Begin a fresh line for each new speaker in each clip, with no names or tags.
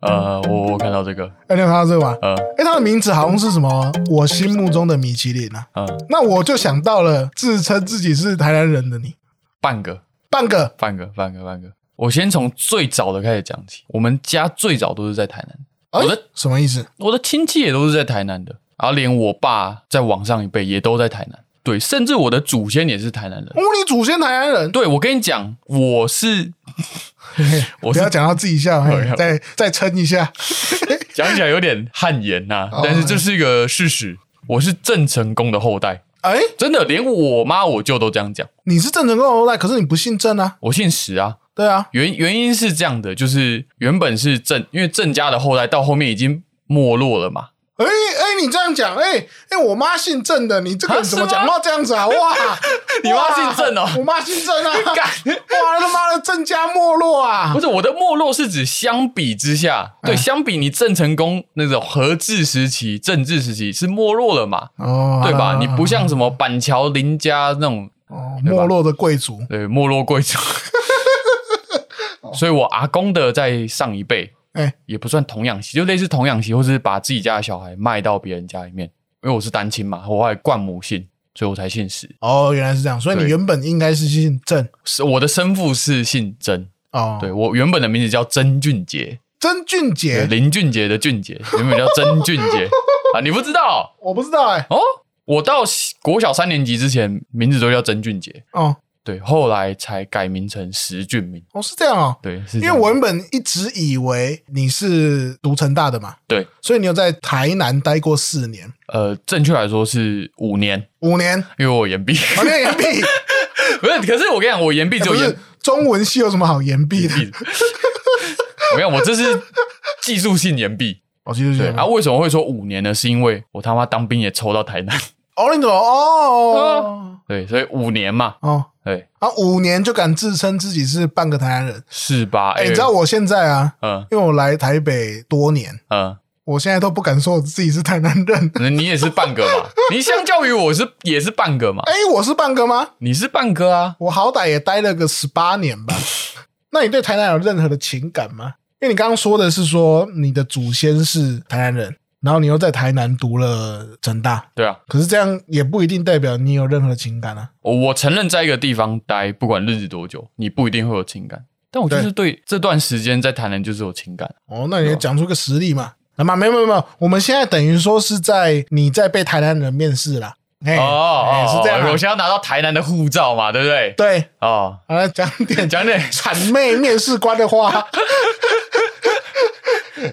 呃，我我看到这个，
哎，你有看到这个吗？
呃
哎，它的名字好像是什么？我心目中的米其林啊。
呃，
那我就想到了自称自己是台南人的你，
半个
半个
半个半个半个。我先从最早的开始讲起，我们家最早都是在台南，
哎
我的
什么意思？
我的亲戚也都是在台南的，然后连我爸在往上一辈也都在台南，对，甚至我的祖先也是台南人。
哦，你祖先台南人，
对，我跟你讲，我 是我
不
是
要讲到自 己笑，
没
嘿
有
再再撑一下。
讲起来有点汗颜呐、
哦
但是这是一个事实。我是郑成功的后代，
哎，
真的，连我妈我舅都这样讲。
你是郑成功的后代，可是你不姓郑啊？
我姓石啊，
对啊，
原原因是这样的，就是原本是郑，因为郑家的后代到后面已经没落了嘛。
哎哎，你这样讲，哎哎，我妈姓郑的，你这个
啊
人怎么
是吗
讲话这样子啊？哇，
你妈
哇
姓郑哦
我妈姓郑啊！
干
哇，他妈的郑家没落啊
不！是我的没落是指相比之下，
嗯
对，相比你郑成功那种和治时期、政治时期是没落了嘛，
哦
对吧？
啊
你不像什么板桥林家那种
哦
对吧
没落的贵族
对没落贵族， 所以我阿公的在上一辈，
哎
也不算童养媳，就类似童养媳，或是把自己家的小孩卖到别人家里面。因为我是单亲嘛，我还冠母姓，所以我才姓石。
哦，原来是这样，所以你
对
原本应该是姓郑
是我的生父是姓曾，
哦。
对，我原本的名字叫曾俊杰，
曾俊
对
杰，
林俊杰的俊杰，原本叫曾俊杰啊，你不知道
我不知道哎。
哦？我到国小三年级之前，名字都叫曾俊杰，
哦，
对，后来才改名成石俊明，
哦是这样哦，
对，是这
因为
样
我原本一直以为你是读成大的嘛，
对，
所以你有在台南待过四年、
呃，正确来说是五年，
五年，哦
因为我延毕，
好像岩 壁，
不是，可是我跟你讲，我延毕只有
不
延
是中文系有什么好岩壁的？
毕，我跟你讲，我这是技术性延毕。
我记得
对
是
啊，为什么会说五年呢？是因为我他妈当兵也抽到台南，
哦，你怎么哦
对，所以五年嘛，
哦
对，
啊，五年就敢自称自己是半个台南人？
是吧？
哎、你知道，我现在啊，
嗯
因为我来台北多年，
嗯，
我现在都不敢说我自己是台南 人。
那你也是半个 嘛？你相较于我是也是半个嘛？
哎、我是半个吗？
你是半个啊？
我好歹也待了个十八年 吧。那你对台南有任何的情感吗？因为你刚刚说的是说你的祖先是台南人，然后你又在台南读了成大，
对啊，
可是这样也不一定代表你有任何的情感啊。
我我承认在一个地方待，不管日子多久，你不一定会有情感，但我就是对这段时间在台南就是有情感。
哦，那你也讲出个实例嘛？那么没有没有没有，我们现在等于说是在你在被台南人面试啦。哎、
哦哦
哎，是这样、
哦
啊
我。想要拿到台南的护照嘛，对不对？
对，
哦，
好了，讲点
讲点
谄媚面试官的 话。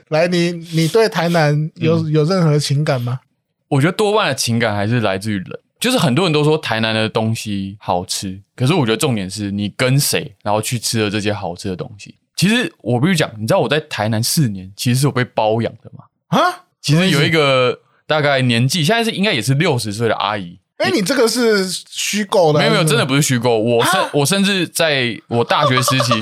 来，你你对台南有、
嗯
有任何情感吗？
我觉得多半的情感还是来自于人，就是很多人都说台南的东西好吃，可是我觉得重点是你跟谁，然后去吃了这些好吃的东西。其实我必须讲，你知道我在台南四年，其实是有被包养的嘛。
啊？
其实有一个大概年纪，现在是应该也是六十岁的阿姨，
哎、你这个是虚构的？
没有没有，真的
还
不是虚构。我甚我甚至在我大学时 期，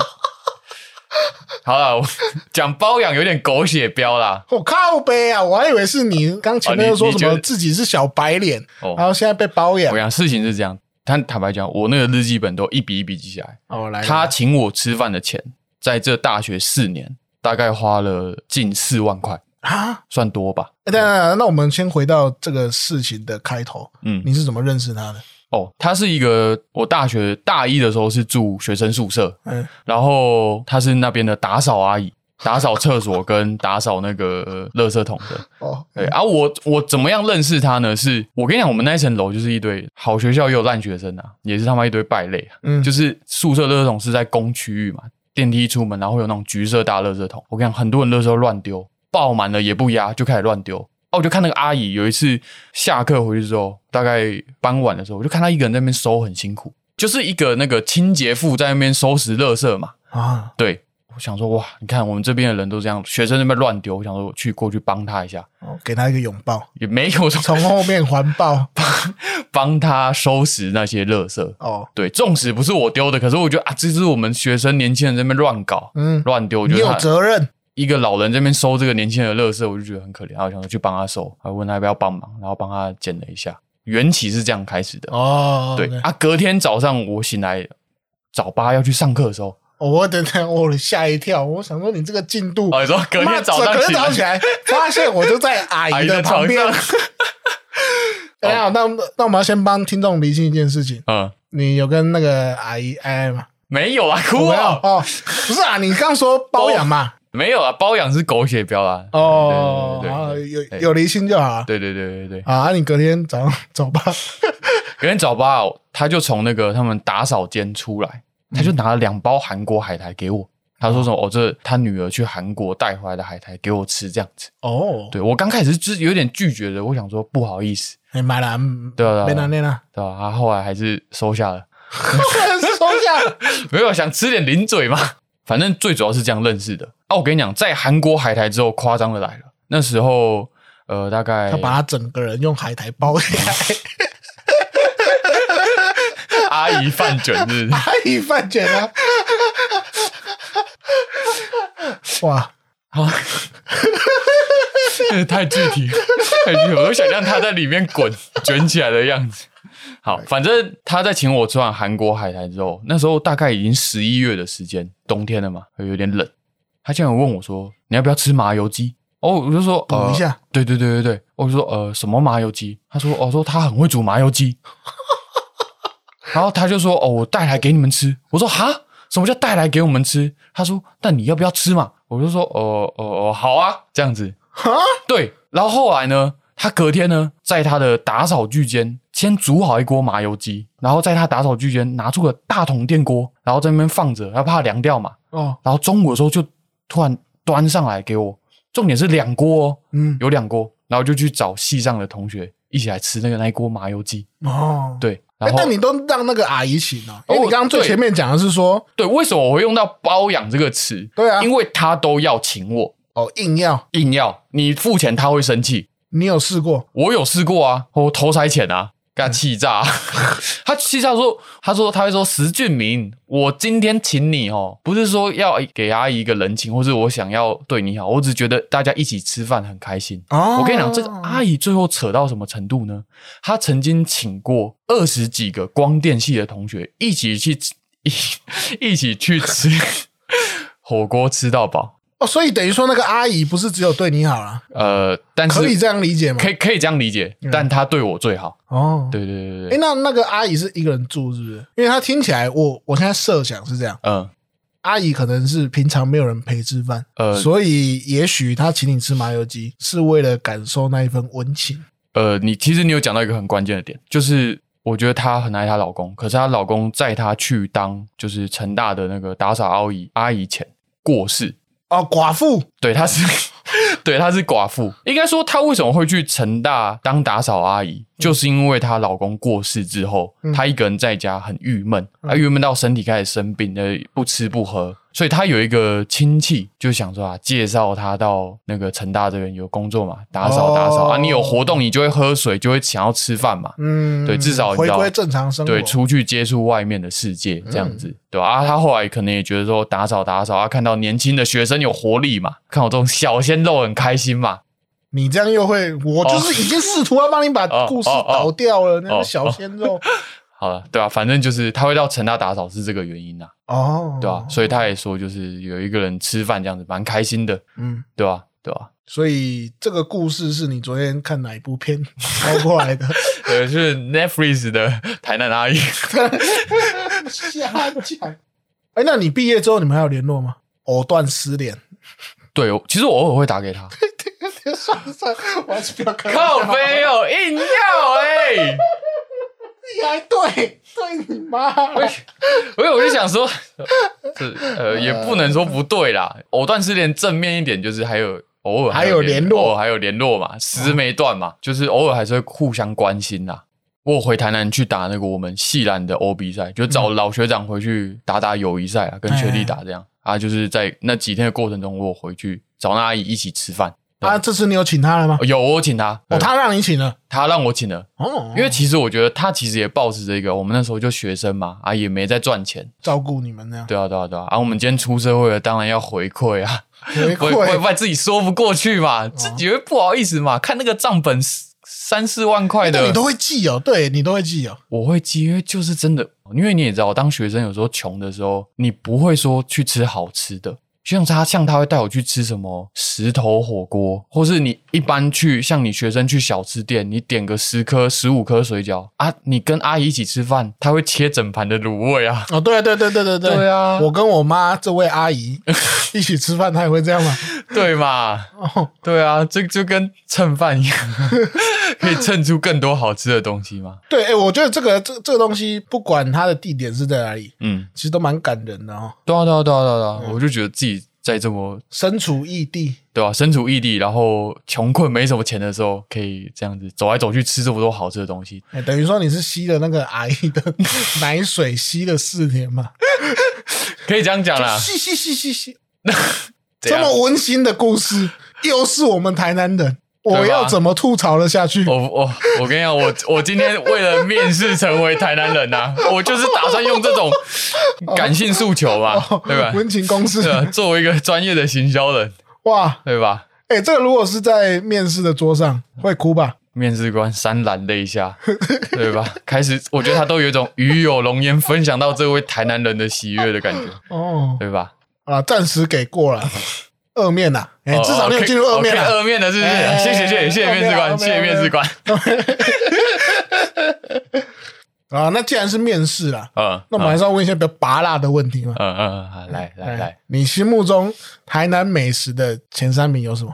好了，我 讲包养有点狗血标啦。
是。我、靠背啊！我还以为是你刚前
哦
面又
你
说什
你觉
么
得
自己是小白脸，
哦
然后现在被包
我
养
跟你。讲事情是这样，但坦白讲，我那个日记本都一笔一笔记下来。
哦，来，
他请我吃饭的钱，在这大学四年，大概花了近四万块，
啊，
算多吧？
哎等一下等一下那我们先回到这个事情的开头，
嗯，
你是怎么认识他的？
哦，他是一个我大学大一的时候是住学生宿舍，
嗯，
然后他是那边的打扫阿姨，打扫厕所跟打扫那个呃垃圾桶的。
哦，
对，啊，我我怎么样认识他呢？是我跟你讲，我们那一层楼就是一堆好学校也有烂学生啊，也是他妈一堆败类啊。
嗯，
就是是宿舍垃圾桶是在公区域嘛，电梯出门然后会有那种橘色大垃圾桶。我跟你讲，很多人垃圾都乱丢，爆满了也不压，就开始乱丢。哦、我就看那个阿姨有一次下课回去之后，大概傍晚的时候，我就看她一个人在那边收，很辛苦，就是一个那个清洁妇在那边收拾垃圾嘛。
啊，
对，我想说哇，你看我们这边的人都这样，学生在那边乱丢，我想说我去过去帮她一下，
哦给他一个拥抱，
也没有说
从后面环抱。
帮她收拾那些垃圾。
哦，
对，纵使不是我丢的，可是我觉得啊，这是我们学生年轻人在那边乱搞，
嗯，
乱丢，我
你
觉
有
得他
责任。
一个老人这边收这个年轻人的垃圾，我就觉得很可怜，然后我想说去帮他收，还问他要不要帮忙，然后帮他捡了一下。缘起是这样开始的，
哦，
对
OK
啊。隔天早上我醒来，早八要去上课的时候，
哦我等等，我吓一跳，我想说你这个进度，
哦，你说隔
妈
天早
隔
上
天
起
早上
来
起来，发现我就在阿
阿
姨
姨
的
的
旁
床
边
上。，哦
等一下，那那我们要先帮听众厘清一件事情，
嗯，
你有跟那个阿姨爱爱吗？
没有啊，哭
没有
啊，
哦，不是啊，你刚说包养嘛？
没有啊，包养是狗血标啊。
哦，
对
啊
对
有
对
有厘清就好了。
对对对对对，
啊，啊你隔天早上走吧。
有人早八哦，他就从那个他们打扫间出来，他就拿了两包韩国海苔给我。他说什么？哦，这他女儿去韩国带回来的海苔给我吃，这样子。
哦，
对我刚开始是有点拒绝的，我想说不好意思，
哎，买了，
对啊对啊
没拿 念了，
对吧、他后来还是收下了，
收下。
没有想吃点零嘴嘛。反正最主要是这样认识的。啊，我跟你讲，在韩国海苔之后，夸张的来了。那时候，呃，大概
他把他整个人用海苔包起来，
阿姨饭卷是不是
阿姨饭卷啊！ 哇，
好， 这呃太具体了，太具体了，我都想象他在里面滚卷起来的样子。好，反正他在请我吃完韩国海苔之后，那时候大概已经十一月的时间，冬天了嘛，有点冷。他竟然问我说：“你要不要吃麻油鸡？”哦，我就说：“
补
呃
一下
对对对对对，我就说：“呃，什么麻油鸡？”他说：“哦，说他很会煮麻油鸡。”然后他就说：“哦，我带来给你们吃。”我说：“哈，什么叫带来给我们吃？”他说：“但你要不要吃嘛？”我就说：“哦哦哦，好啊，这样子。”
哈，
对，然后后来呢，他隔天呢，在他的打扫具间先煮好一锅麻油鸡，然后在他打扫具间拿出个大桶电锅，然后在那边放着，他怕它凉掉嘛。
哦，
然后中午的时候就突然端上来给我，重点是两锅哦，
嗯，
有两锅，然后就去找系上的同学一起来吃那个那一锅麻油鸡。
哦，。
对，
哎
然，后、
但你都让那个阿姨请了，因为
哦
你刚刚最
对
前面讲的是说，
对，为什么我会用到包养这个词？
对啊
因为他都要请我，
哦，硬要，
硬要你付钱，他会生气。
你有试过？
我有试过啊，我投塞钱啊，给
嗯
他气炸、啊。 他气炸说，他说他会说石俊明，我今天请你哦，不是说要给阿姨一个人情，或是我想要对你好，我只觉得大家一起吃饭很开心。
哦
我跟你讲，这个啊阿姨最后扯到什么程度呢？她曾经请过二十几个光电系的同学一起去吃 一一起去 吃火锅，吃到饱。
哦，所以等于说那个阿姨不是只有对你好了，
呃，但是
可以这样理解吗？嗯
可以可以这样理解，但她对我最好。
哦，
对对对对对
哎、。那那个阿姨是一个人住是不是？因为她听起来，我我现在设想是这样，
嗯，
阿姨可能是平常没有人陪吃饭，
呃
所以也许她请你吃麻油鸡是为了感受那一份温情。
呃，你其实你有讲到一个很关键的点，就是我觉得她很爱她老公，可是她老公在她去当就是成大的那个打扫阿姨阿姨前过世，
哦，寡妇
对，她是，对，她是寡妇。应该说，她为什么会去成大当打扫阿姨，就是因为她老公过世之后，
嗯
她一个人在家很郁闷，她郁闷到身体开始生病，呃，不吃不喝。所以她有一个亲戚就想说啊，介绍她到那个成大这边有工作嘛，打扫打扫、
哦
啊，你有活动你就会喝水，就会想要吃饭嘛。
嗯，
对至少你
回
知道
归正常生活。
对，出去接触外面的世界，这样子，对吧、啊？他后来可能也觉得说打扫打扫，啊，看到年轻的学生有活力嘛，看我这种小鲜肉很开心嘛，
你这样又会，我就是已经试图要帮你把
哦
故事
哦哦
倒掉了，那个
哦
小鲜 肉。
好了，对啊，反正就是他会到成大打扫是这个原因呐、
哦，
对啊吧、所以他也说就是有一个人吃饭这样子蛮开心的，
嗯，
对吧、对吧、
所以这个故事是你昨天看哪一部片 抄过来的？
对，是 Netflix 的台南阿姨，
瞎讲。 哎，那你毕业之后你们还有联络吗？藕断丝连，
对，我其实我偶尔会打给他，
算了算了，我还是不要 看。
靠背哦，硬要哎、欸，
你还对对你妈啦，
所以 我就想说， 这呃也不能说不对啦，藕断丝连正面一点就是还有。偶尔
还有联络
偶
嗯
尔还有联络嘛，丝没断嘛，就是偶尔还是会互相关心啦。我有回台南去打那个我们系篮的 O 比赛，就找老学长回去打打友谊赛啊，跟
嗯
学弟打这样啊，就是在那几天的过程中，我有回去找那阿姨一起吃饭。
啊，这次你有请他了吗？
有我有请她，
哦，他让你请了，
她让我请的，
哦，
呃因为其实我觉得她其实也抱持着一个，我们那时候就学生嘛，啊也没在赚钱，
照顾你们那样
对啊，对啊，对啊！啊，我们今天出社会了，当然要回馈 啊，
回
不会不会
馈
不然自己说不过去嘛，自己会不好意思嘛。看那个账本三四万块
但
的
你都，会记哦，对你都会记哦。
我会积，因为就是真的，因为你也知道，当学生有时候穷的时候，你不会说去吃好吃的。像他，像他会带我去吃什么石头火锅，或是你一般去像你学生去小吃店，你点个十颗、十五颗水饺啊，你跟阿姨一起吃饭，他会切整盘的卤味啊，
哦，对对对对对对，
对啊
我跟我妈这位 阿姨一起吃饭，她也会这样吗？
对嘛？
哦，
对啊，这就跟蹭饭一样，可以蹭出更多好吃的东西嘛。
对，哎，我觉得这个这这个东西，不管它的地点是在哪里，
嗯，
其实都蛮感人的哦。
对啊，对啊，对啊，对啊，我就觉得自己在这么
身处异地，
对吧、身处异地，然后穷困没什么钱的时候，可以这样子走来走去，吃这么多好吃的东西。
哎，等于说你是吸了那个阿姨 的奶水，吸了四年嘛？
可以这样讲啦。
吸吸吸吸吸，
怎
这
样
么温馨的故事，又是我们台南人，
吧
我要怎么吐槽了下去？
我我我跟你讲，我我今天为了面试成为台南人呐、我就是打算用这种感性诉求嘛，哦对吧？
温情攻势
对，吧？啊作为一个专业的行销人，
哇！
对吧？
哎、这个如果是在面试的桌上，会哭吧？
面试官潸然泪下，对吧？开始，我觉得他都有一种与有容焉，分享到这位台南人的喜悦的感觉，
哦，
对吧？
啊，暂时给过了，二面呐、哎、
哦
至少你有
可以
进入二面
哦可以
了。
二面的是不是？
哎哎哎
谢谢谢谢谢谢面试
二面啊
官，谢谢
二面
面试官。
啊，那既然是面试啦，
嗯，
那我们还是要问一些比较拔辣的问题嘛。
嗯嗯嗯，好来来来，
哎，你心目中台南美食的前三名有什么？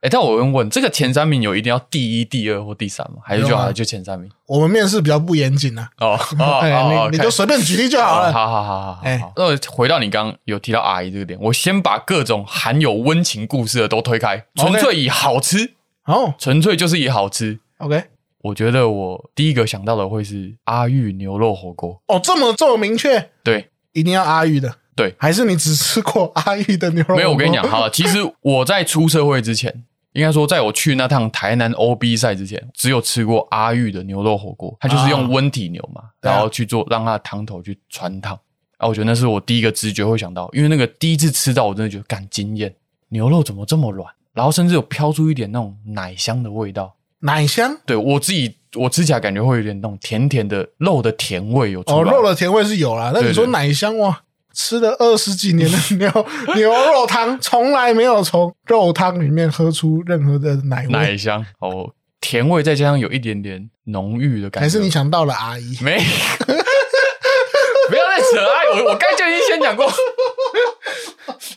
哎，但我问问，这个前三名有一定要第一、第二或第三吗？还是就
不用
好
啊
就前三名？
我们面试比较不严谨呐，
哦哦
哎、
哦，
你
OK
你就随便举例就好
哦
了。
好好好好好
哎
好。那我回到你刚刚有提到阿姨这个点，我先把各种含有温情故事的都推开，纯
OK
粹以好吃，
哦
纯粹就是以好吃。
，OK，
我觉得我第一个想到的会是阿玉牛肉火锅。
哦，这么这么明确，
对，
一定要阿玉的。
对，
还是你只吃过阿玉的牛肉？
没有，我跟你
哦
讲，，好了，其实我在出社会之前，应该说在我去那趟台南 OB 赛之前，只有吃过阿玉的牛肉火锅，它就是用温体牛嘛，
对啊
然后去做让它的汤头去穿烫。啊，我觉得那是我第一个直觉会想到，因为那个第一次吃到，我真的觉得干惊艳，牛肉怎么这么软，然后甚至有飘出一点那种奶香的味道。
奶香
对我自己，我吃起来感觉会有点那种甜甜的肉的甜味有出来。
哦，肉的甜味是有啦。那你
啊对
说
对
奶香哇，吃了 二十几年的牛牛肉汤，从来没有从肉汤里面喝出任何的奶味，
奶香哦，甜味再加上有一点点浓郁的感觉。
还是你想到了阿姨？
没？ 不要再扯阿姨，我我刚才就已经先讲过，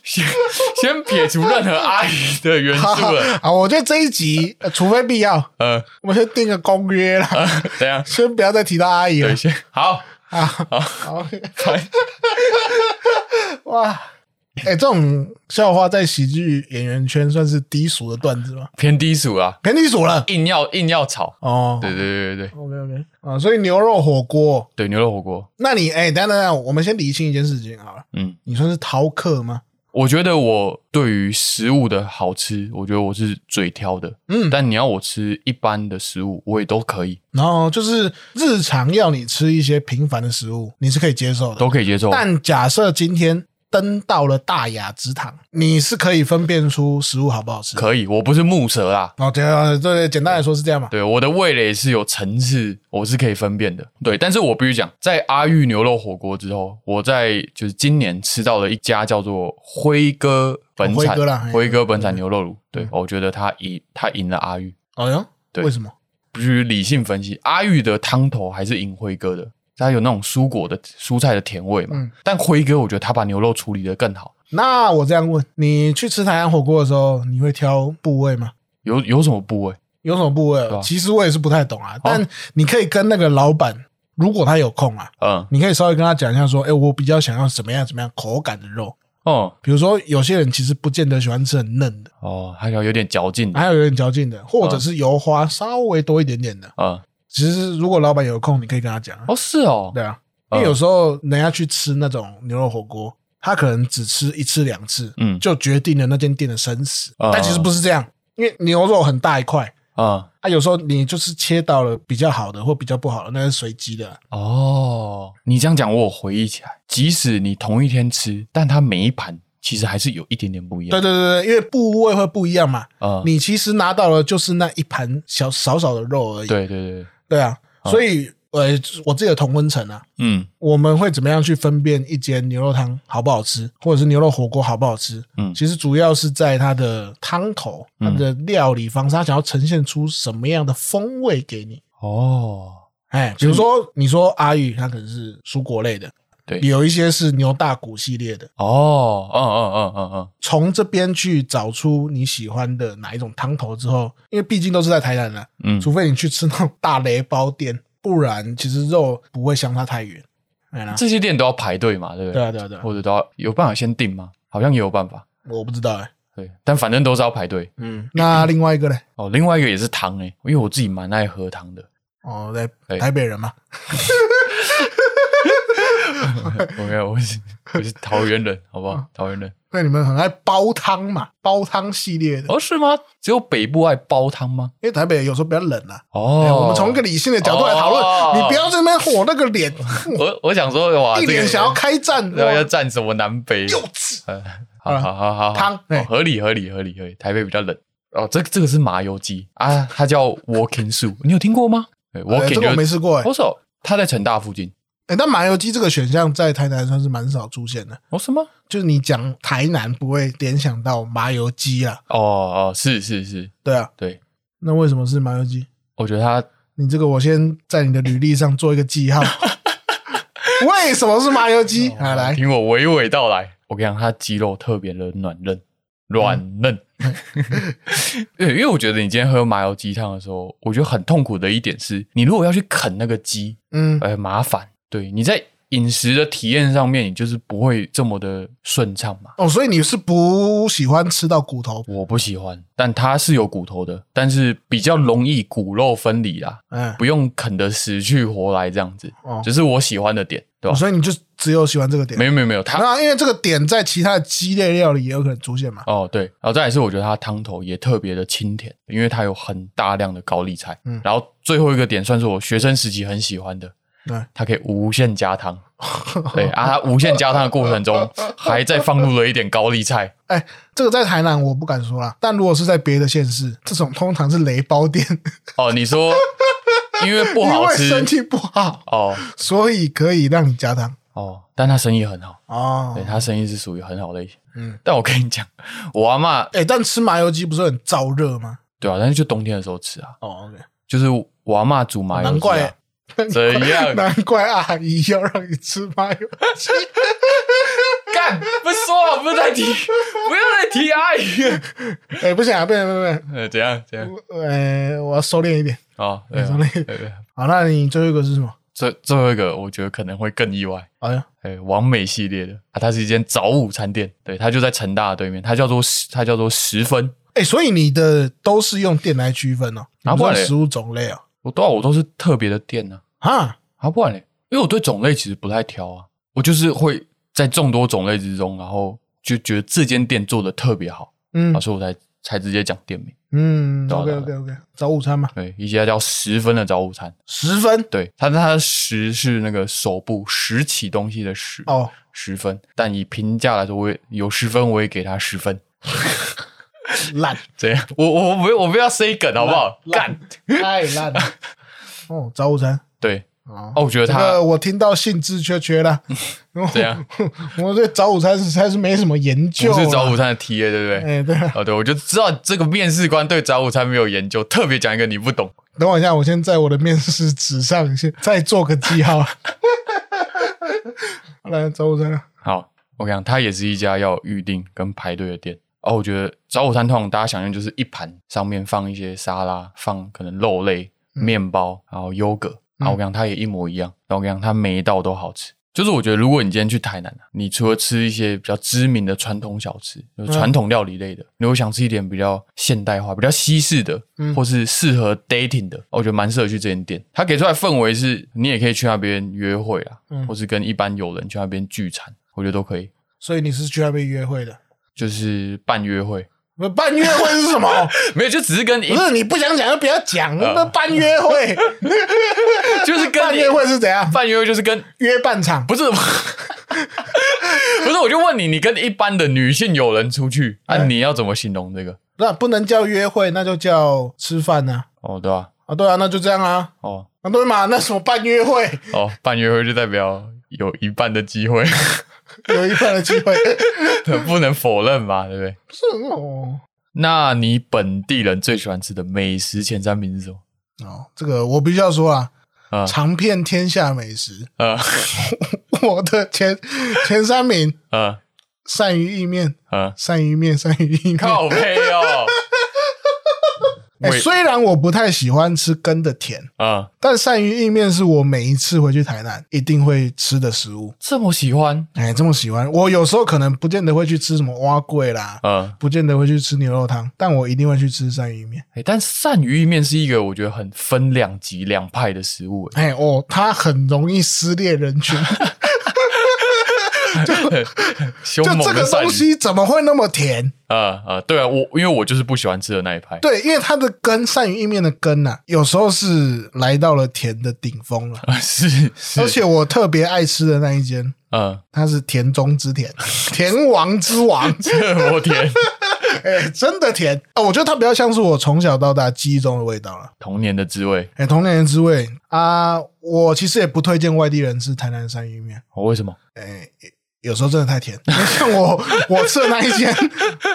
先先撇除任何阿姨的元素了。
啊，我觉得这一集，呃除非必要，
呃，
我们先定个公约啦，
怎样？
先不要再提到阿姨了
啊对，先好，
啊。好， 哇，哎、这种笑话在喜剧演员圈算是低俗的段子吗？
偏低俗啊，
偏低俗了
硬要硬要炒。
哦。
对对对对对，
OK OK 啊，所以牛肉火锅，
对牛肉火锅，
那你哎、等等等等，我们先理清一件事情好了，
嗯，
你算是逃课吗？
我觉得我对于食物的好吃，我觉得我是嘴挑的，
嗯，
但你要我吃一般的食物，我也都可以，
然后就是日常要你吃一些平凡的食物，你是可以接受的。
都可以接受。
但假设今天登到了大雅之堂，你是可以分辨出食物好不好吃。
可以，我不是木蛇啦，
哦，对对对，简单来说是这样嘛。
对，我的味蕾是有层次，我是可以分辨的。对，但是我必须讲，在阿玉牛肉火锅之后，我在就是今年吃到了一家叫做辉哥本
哦辉
产
哥啦嘿嗯
辉哥本产牛肉炉。对，哦我觉得他赢，他赢了阿玉。
哦哟，
对
为什么？
必须理性分析，阿玉的汤头还是赢辉哥的，它有那种蔬果的蔬菜的甜味嘛。
嗯
但辉哥我觉得他把牛肉处理的更好。
那我这样问，你去吃台湾火锅的时候，你会挑部位吗？
有有什么部位？
有什么部位
对啊？哦
其实我也是不太懂啊，但你可以跟那个老板，如果他有空啊，
嗯，
你可以稍微跟他讲一下，说，哎、我比较想要怎么样怎么样口感的肉。
哦
比如说，有些人其实不见得喜欢吃很嫩的，
哦，还有有点嚼劲。
还有有点嚼劲的，或者是油花稍微多一点点的。
嗯，
其实如果老板有空，你可以跟他讲啊。
哦是哦，
对啊，
嗯
因为有时候人家去吃那种牛肉火锅，他可能只吃一次两次，
嗯
就决定了那间店的生死。
嗯
但其实不是这样，因为牛肉很大一块，
嗯
啊，有时候你就是切到了比较好的或比较不好的，那是随机的啊。
哦，你这样讲，我有回忆起来。即使你同一天吃，但它每一盘其实还是有一点点不一样。
对对对对，因为部位会不一样嘛，
嗯，
你其实拿到的就是那一盘小少少的肉而已。
对对对，
对啊，所以呃，我自己的同温层啊，
嗯
我们会怎么样去分辨一间牛肉汤好不好吃，或者是牛肉火锅好不好吃？
嗯
其实主要是在它的汤头、它
嗯
的料理方式，它想要呈现出什么样的风味给你。
哦，
哎，比如说你说阿玉，它可能是蔬果类的，
对
有一些是牛大骨系列的，
哦，嗯嗯嗯嗯嗯，
从这边去找出你喜欢的哪一种汤头之后，因为毕竟都是在台南了、
嗯
除非你去吃那种大雷包店，不然其实肉不会相差太远。哎啦，
这些店都要排队嘛，对不对？
对啊对啊对啊，
或者都要有办法先订吗？好像也有办法，
我不知道哎、
对，但反正都是要排队。
嗯，那另外一个嘞，
哦，另外一个也是汤诶、因为我自己蛮爱喝汤的。
哦，在
哎
台北人嘛，
我没有，我是我是桃园人，好不好？桃园人
那你们很爱煲汤嘛，煲汤系列的，
哦，是吗？只有北部爱煲汤吗？
因为台北有时候比较冷啊。
哦，
哎我们从一个理性的角度来讨论，
哦
你不要这边火那个 脸，
我我想说哇，
一脸
这个
想要开战，
要要
哇
站什么南北？
幼稚。
呃好好好好，
汤哎
好
对
合理合理合理合理。台北比较冷哦，这这个是麻油鸡啊，它叫 Walking Soup，你有听过吗？对
哎
，Walking
这个我没
就是
吃过哎
我，手，它在成大附近。
哎，但麻油鸡这个选项在台南算是蛮少出现的，
哦，什么？
就是你讲台南不会联想到麻油鸡啊，
哦哦，是是是，
对啊，
对，
那为什么是麻油鸡？
我觉得它
你这个我先在你的履历上做一个记号。为什么是哦麻油鸡？来来，
哦听我娓娓道来。我跟你讲，它肌肉特别的软嫩，
嗯
软嫩。对，因为我觉得你今天喝麻油鸡汤的时候，我觉得很痛苦的一点是，你如果要去啃那个鸡，
嗯，
呃，麻烦。对，你在饮食的体验上面，你就是不会这么的顺畅嘛。
哦，所以你是不喜欢吃到骨头？
我不喜欢，但它是有骨头的，但是比较容易骨肉分离啦，
嗯，
不用啃得死去活来这样子，
哦
只是我喜欢的点，对
哦
吧？
所以你就只有喜欢这个点。
没有没有没有，它
那因为这个点在其他的鸡类料理也有可能出现嘛。
哦，对，然后再来是我觉得它汤头也特别的清甜，因为它有很大量的高丽菜。
嗯
然后最后一个点算是我学生时期很喜欢的，
对，
它可以无限加 汤。对啊，它无限加汤的过程中还在放入了一点高丽菜。
哎，这个在台南我不敢说啦，但如果是在别的县市，这种通常是雷包店，
哦，你说因为不
因
好
为身
吃
体不好，
哦
所以可以让你加汤。
哦，但他生意很好，对
哦，
他生意是属于很好的。
嗯
嗯，但我跟你讲，我阿嬷
哎，但吃麻油鸡不是很燥热吗？
对啊，但是就冬天的时候吃啊，
哦，OK，
就是我阿嬷煮麻油鸡啊、
哦难怪
怎啊 样
难怪阿姨要让你吃麻油鸡。
干，不说了，不是在提，不要再提阿姨。
哎，不行啊，不行不行
呃，怎样怎样？
不行，呃，我要收敛一点。
哦，
哎怎么了
对对
好，那你最后一个是什么？
最最后一个，我觉得可能会更意外。
哎呀，
哎，完美系列的啊，它是一间早午餐店，对，它就在成大的对面，它叫做十它叫做十分。
哎，所以你的都是用店来区分哦，
啊
你不
不
用
然嘞
食物种类哦。
我多少我都是特别的店呢、
啊，
啊，啊，不然嘞，因为我对种类其实不太挑啊，我就是会在众多种类之中，然后就觉得这间店做的特别好，
嗯
啊，所以我才才直接讲店名。
嗯
对啊
，OK
对啊
OK OK，早午餐嘛，
对，一家叫十分的早午餐。
十分
对，它它的十是那个手部拾起东西的拾
哦，
十分，但以评价来说，我也有十分，我也给他十分。
烂，
怎样？我我我不要我不要 say 梗好不好？
烂
干，
太烂了。 哦，早午餐
对
哦
哦，我觉得
这
他、
个我听到兴致缺 缺了，
怎样？
我对早午餐实在是没什么研究。啊
不是早午，餐的 TA 对不对？
哎，对啊，
哦，对，我就知道这个面试官对早午餐没有研究，特别讲一个你不懂。
等我一下，我先在我的面试纸上先再做个记号。 好来，早午餐了，
好，我跟你讲，它也是一家要预定跟排队的店。哦，我觉得早午餐通常大家想象就是一盘上面放一些沙拉，放可能肉类、
嗯
面包，然后优格。然后我跟你讲，它也一模一样。然后我跟你讲，它每一道都好吃。就是我觉得，如果你今天去台南啊，你除了吃一些比较知名的传统小吃，
嗯
就是传统料理类的，你如果想吃一点比较现代化、比较西式的，
嗯
或是适合 dating 的，我觉得蛮适合去这间店。它给出来的氛围是，你也可以去那边约会啊，
嗯
或是跟一般友人去那边聚餐，我觉得都可以，
所以你是去那边约会的？
就是半约会，
不，半约会是 什么？
没有，就只是跟 一
不，是你不想讲就不要讲，
呃
那半约会，
就是跟
半
你
约会是怎样？
半约会就是跟
约半场，
不是，不是，我就问你，你跟一般的女性友人出去，啊，
哎
你要怎么形容这个？
那不能叫约会，那就叫吃饭呐、
哦，对吧、
啊。对啊，那就这样啊。
哦
啊，对嘛，那什么半约会，
哦，半约会就代表有一半的机会，
有一半的机会，
不能否认嘛，对不对？
是哦。
那你本地人最喜欢吃的美食前三名是什么？
哦，这个我必须要说啊，
啊
尝遍天下美食，
呃
我的前前三名，
呃
鳝鱼意面，
呃，
鳝鱼面，鳝鱼意面。
靠背哦，
哎、
喂
虽然我不太喜欢吃根的甜，
啊，
但鳝鱼意面是我每一次回去台南一定会吃的食物。
这么喜欢，
哎、这么喜欢，我有时候可能不见得会去吃什么蛙桂啦，
呃，
不见得会去吃牛肉汤，但我一定会去吃鳝鱼意面。
哎诶但鳝鱼意面是一个我觉得很分两极两派的食物，诶
哎、哦，它很容易撕裂 人群，
凶
就
猛
这
的
个
鳝
东
鱼，
西怎么会那么甜？
啊啊，对啊，我因为我就是不喜欢吃的那一派，
对，因为它的根，鳝鱼意面的根呐、啊有时候是来到了甜的顶峰了。
啊 是是，
而且我特别爱吃的那一间，
嗯，
它是甜中之甜，甜王之王，
这么甜，
哎、真的甜啊！我觉得它比较像是我从小到大记忆中的味道了。
童年的滋味，
哎、童年的滋味啊，我其实也不推荐外地人吃台南鳝鱼面，
哦为什么？
哎、有时候真的太甜。 像我我吃的那一 间，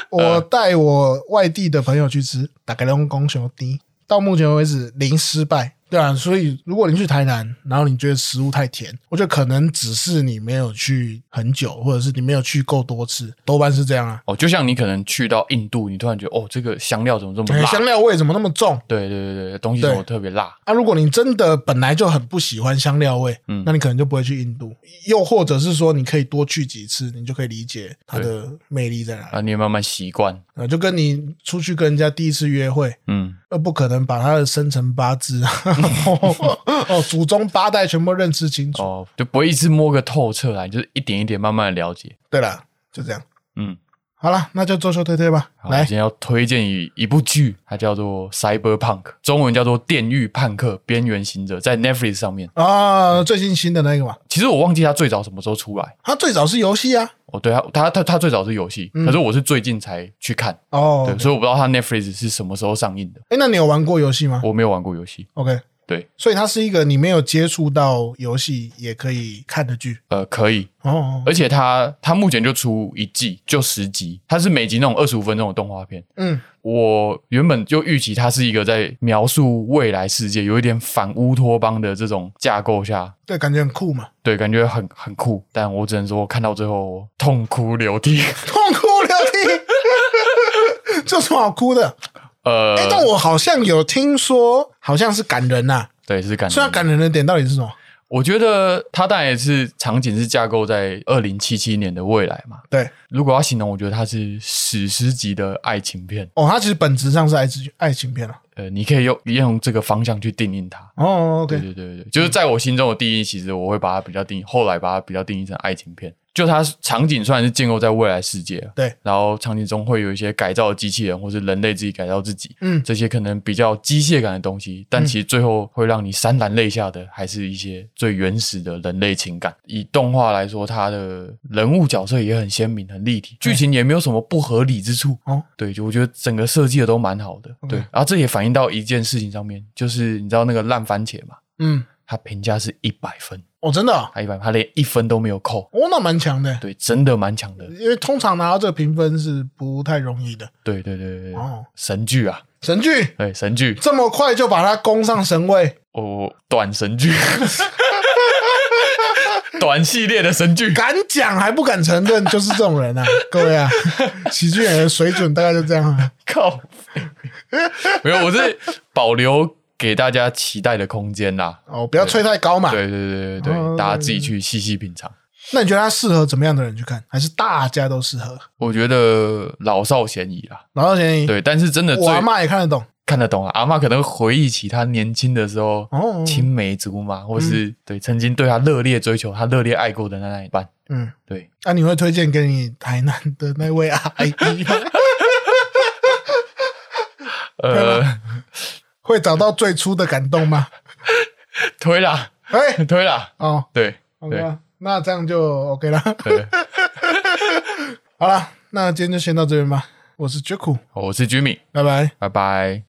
我带我外地的朋友去吃，大概用公熊低，到目前为止零失败。对啊，所以如果你去台南，然后你觉得食物太甜，我觉得可能只是你没有去很久，或者是你没有去够多次，多半是这样啊。
哦，就像你可能去到印度，你突然觉得哦，这个香料怎么这么
哎
辣？
香料味怎么那么重？
对对对对，东西怎么
对
特别辣？
啊，如果你真的本来就很不喜欢香料味，
嗯
那你可能就不会去印度，又或者是说你可以多去几次，你就可以理解它的魅力在哪里。
啊，你也慢慢习惯，
啊，就跟你出去跟人家第一次约会，
嗯，
呃，不可能把他的生辰八字啊 哦，祖宗八代全部认识清楚。
哦，就不会一直摸个透彻来，就是一点一点慢慢的了解，
对了，就这样。
嗯。
好了，那就周秀推推吧。
好，我
来
今，天要推荐一一部剧，它叫做《Cyberpunk》，中文叫做《电狱叛客：边缘行者》，在 Netflix 上面。
啊，最近新的那个嘛，
其实我忘记它最早什么时候出来。
它最早是游戏啊。
哦，对，它它它它最早是游戏，可是我是最近才去看，
嗯哦
对，，所以我不知道它 Netflix 是什么时候上映的。
哎，那你有玩过游戏吗
我没有玩过游戏，
？OK，
对，
所以它是一个你没有接触到游戏也可以看的剧。
呃，可以，
哦哦，哦
而且它它目前就出一季，就十集，它是每集那种二十五分钟的动画片。
嗯，
我原本就预期它是一个在描述未来世界，有一点反乌托邦的这种架构下，
对，感觉很酷嘛，
对，感觉很很酷。但我只能说，看到最后我痛哭流涕。
痛哭流涕， 这有什么好哭的？
呃，
哎、但我好像有听说，好像是感人呐、啊
对，是感
虽然
觉。
感人的点到底是什么？
我觉得它当然也是场景是架构在二零七七年的未来嘛。
对，
如果要形容，我觉得它是史诗级的爱情片。
哦，它其实本质上是爱情爱情片了、
呃，你可以用用这个方向去定义它。
哦，OK，
对对对对，对就是在我心中的定义，其实我会把它比较定义，后来把它比较定义成爱情片。就它场景虽然是建构在未来世界，
对，
然后场景中会有一些改造的机器人，或是人类自己改造自己，
嗯
这些可能比较机械感的东西，但其实最后会让你潸然泪下的，还是一些最原始的人类情感。以动画来说，它的人物角色也很鲜明、很立体，剧情也没有什么不合理之处。
哦，
对，就我觉得整个设计的都蛮好的。对，然后这也反映到一件事情上面，就是你知道那个烂番茄嘛，
嗯，
他评价是一百分，
哦，真的哦，
他一百，他连一分都没有扣。
哦那蛮强的，
对，真的蛮强的。
因为通常拿到这个评分是不太容易的。
对对对对对，
哦
神剧啊，
神剧
对神剧，
这么快就把它攻上神位，
哦，短神剧， 短系列的神剧。
敢讲还不敢承认，就是这种人啊，各位啊，喜剧演员水准大概就这样啊。
靠，没有，我是保留给大家期待的空间啦。
哦，不要吹太高嘛。
对对对对对，
哦
大家自己去细细品尝。
那你觉得它适合怎么样的人去看？还是大家都适合？
我觉得老少咸宜啦，
老少咸宜，
对，但是真的最
我阿妈也看得懂。
看得懂啊。阿妈可能会回忆起她年轻的时候，
哦，嗯
青梅竹马，或是、对曾经对她热烈追求、她热烈爱过的那一半。
嗯，
对，
那、你会推荐给你台南的那位阿姨吗？
呃，
会找到最初的感动吗？
推啦，
哎、
推啦，
哦
对
，OK 啦，那这样就 OK 啦。
对，
好了，那今天就先到这边吧。我是 Jack，
哦我是 Jimmy，
拜拜。
拜拜。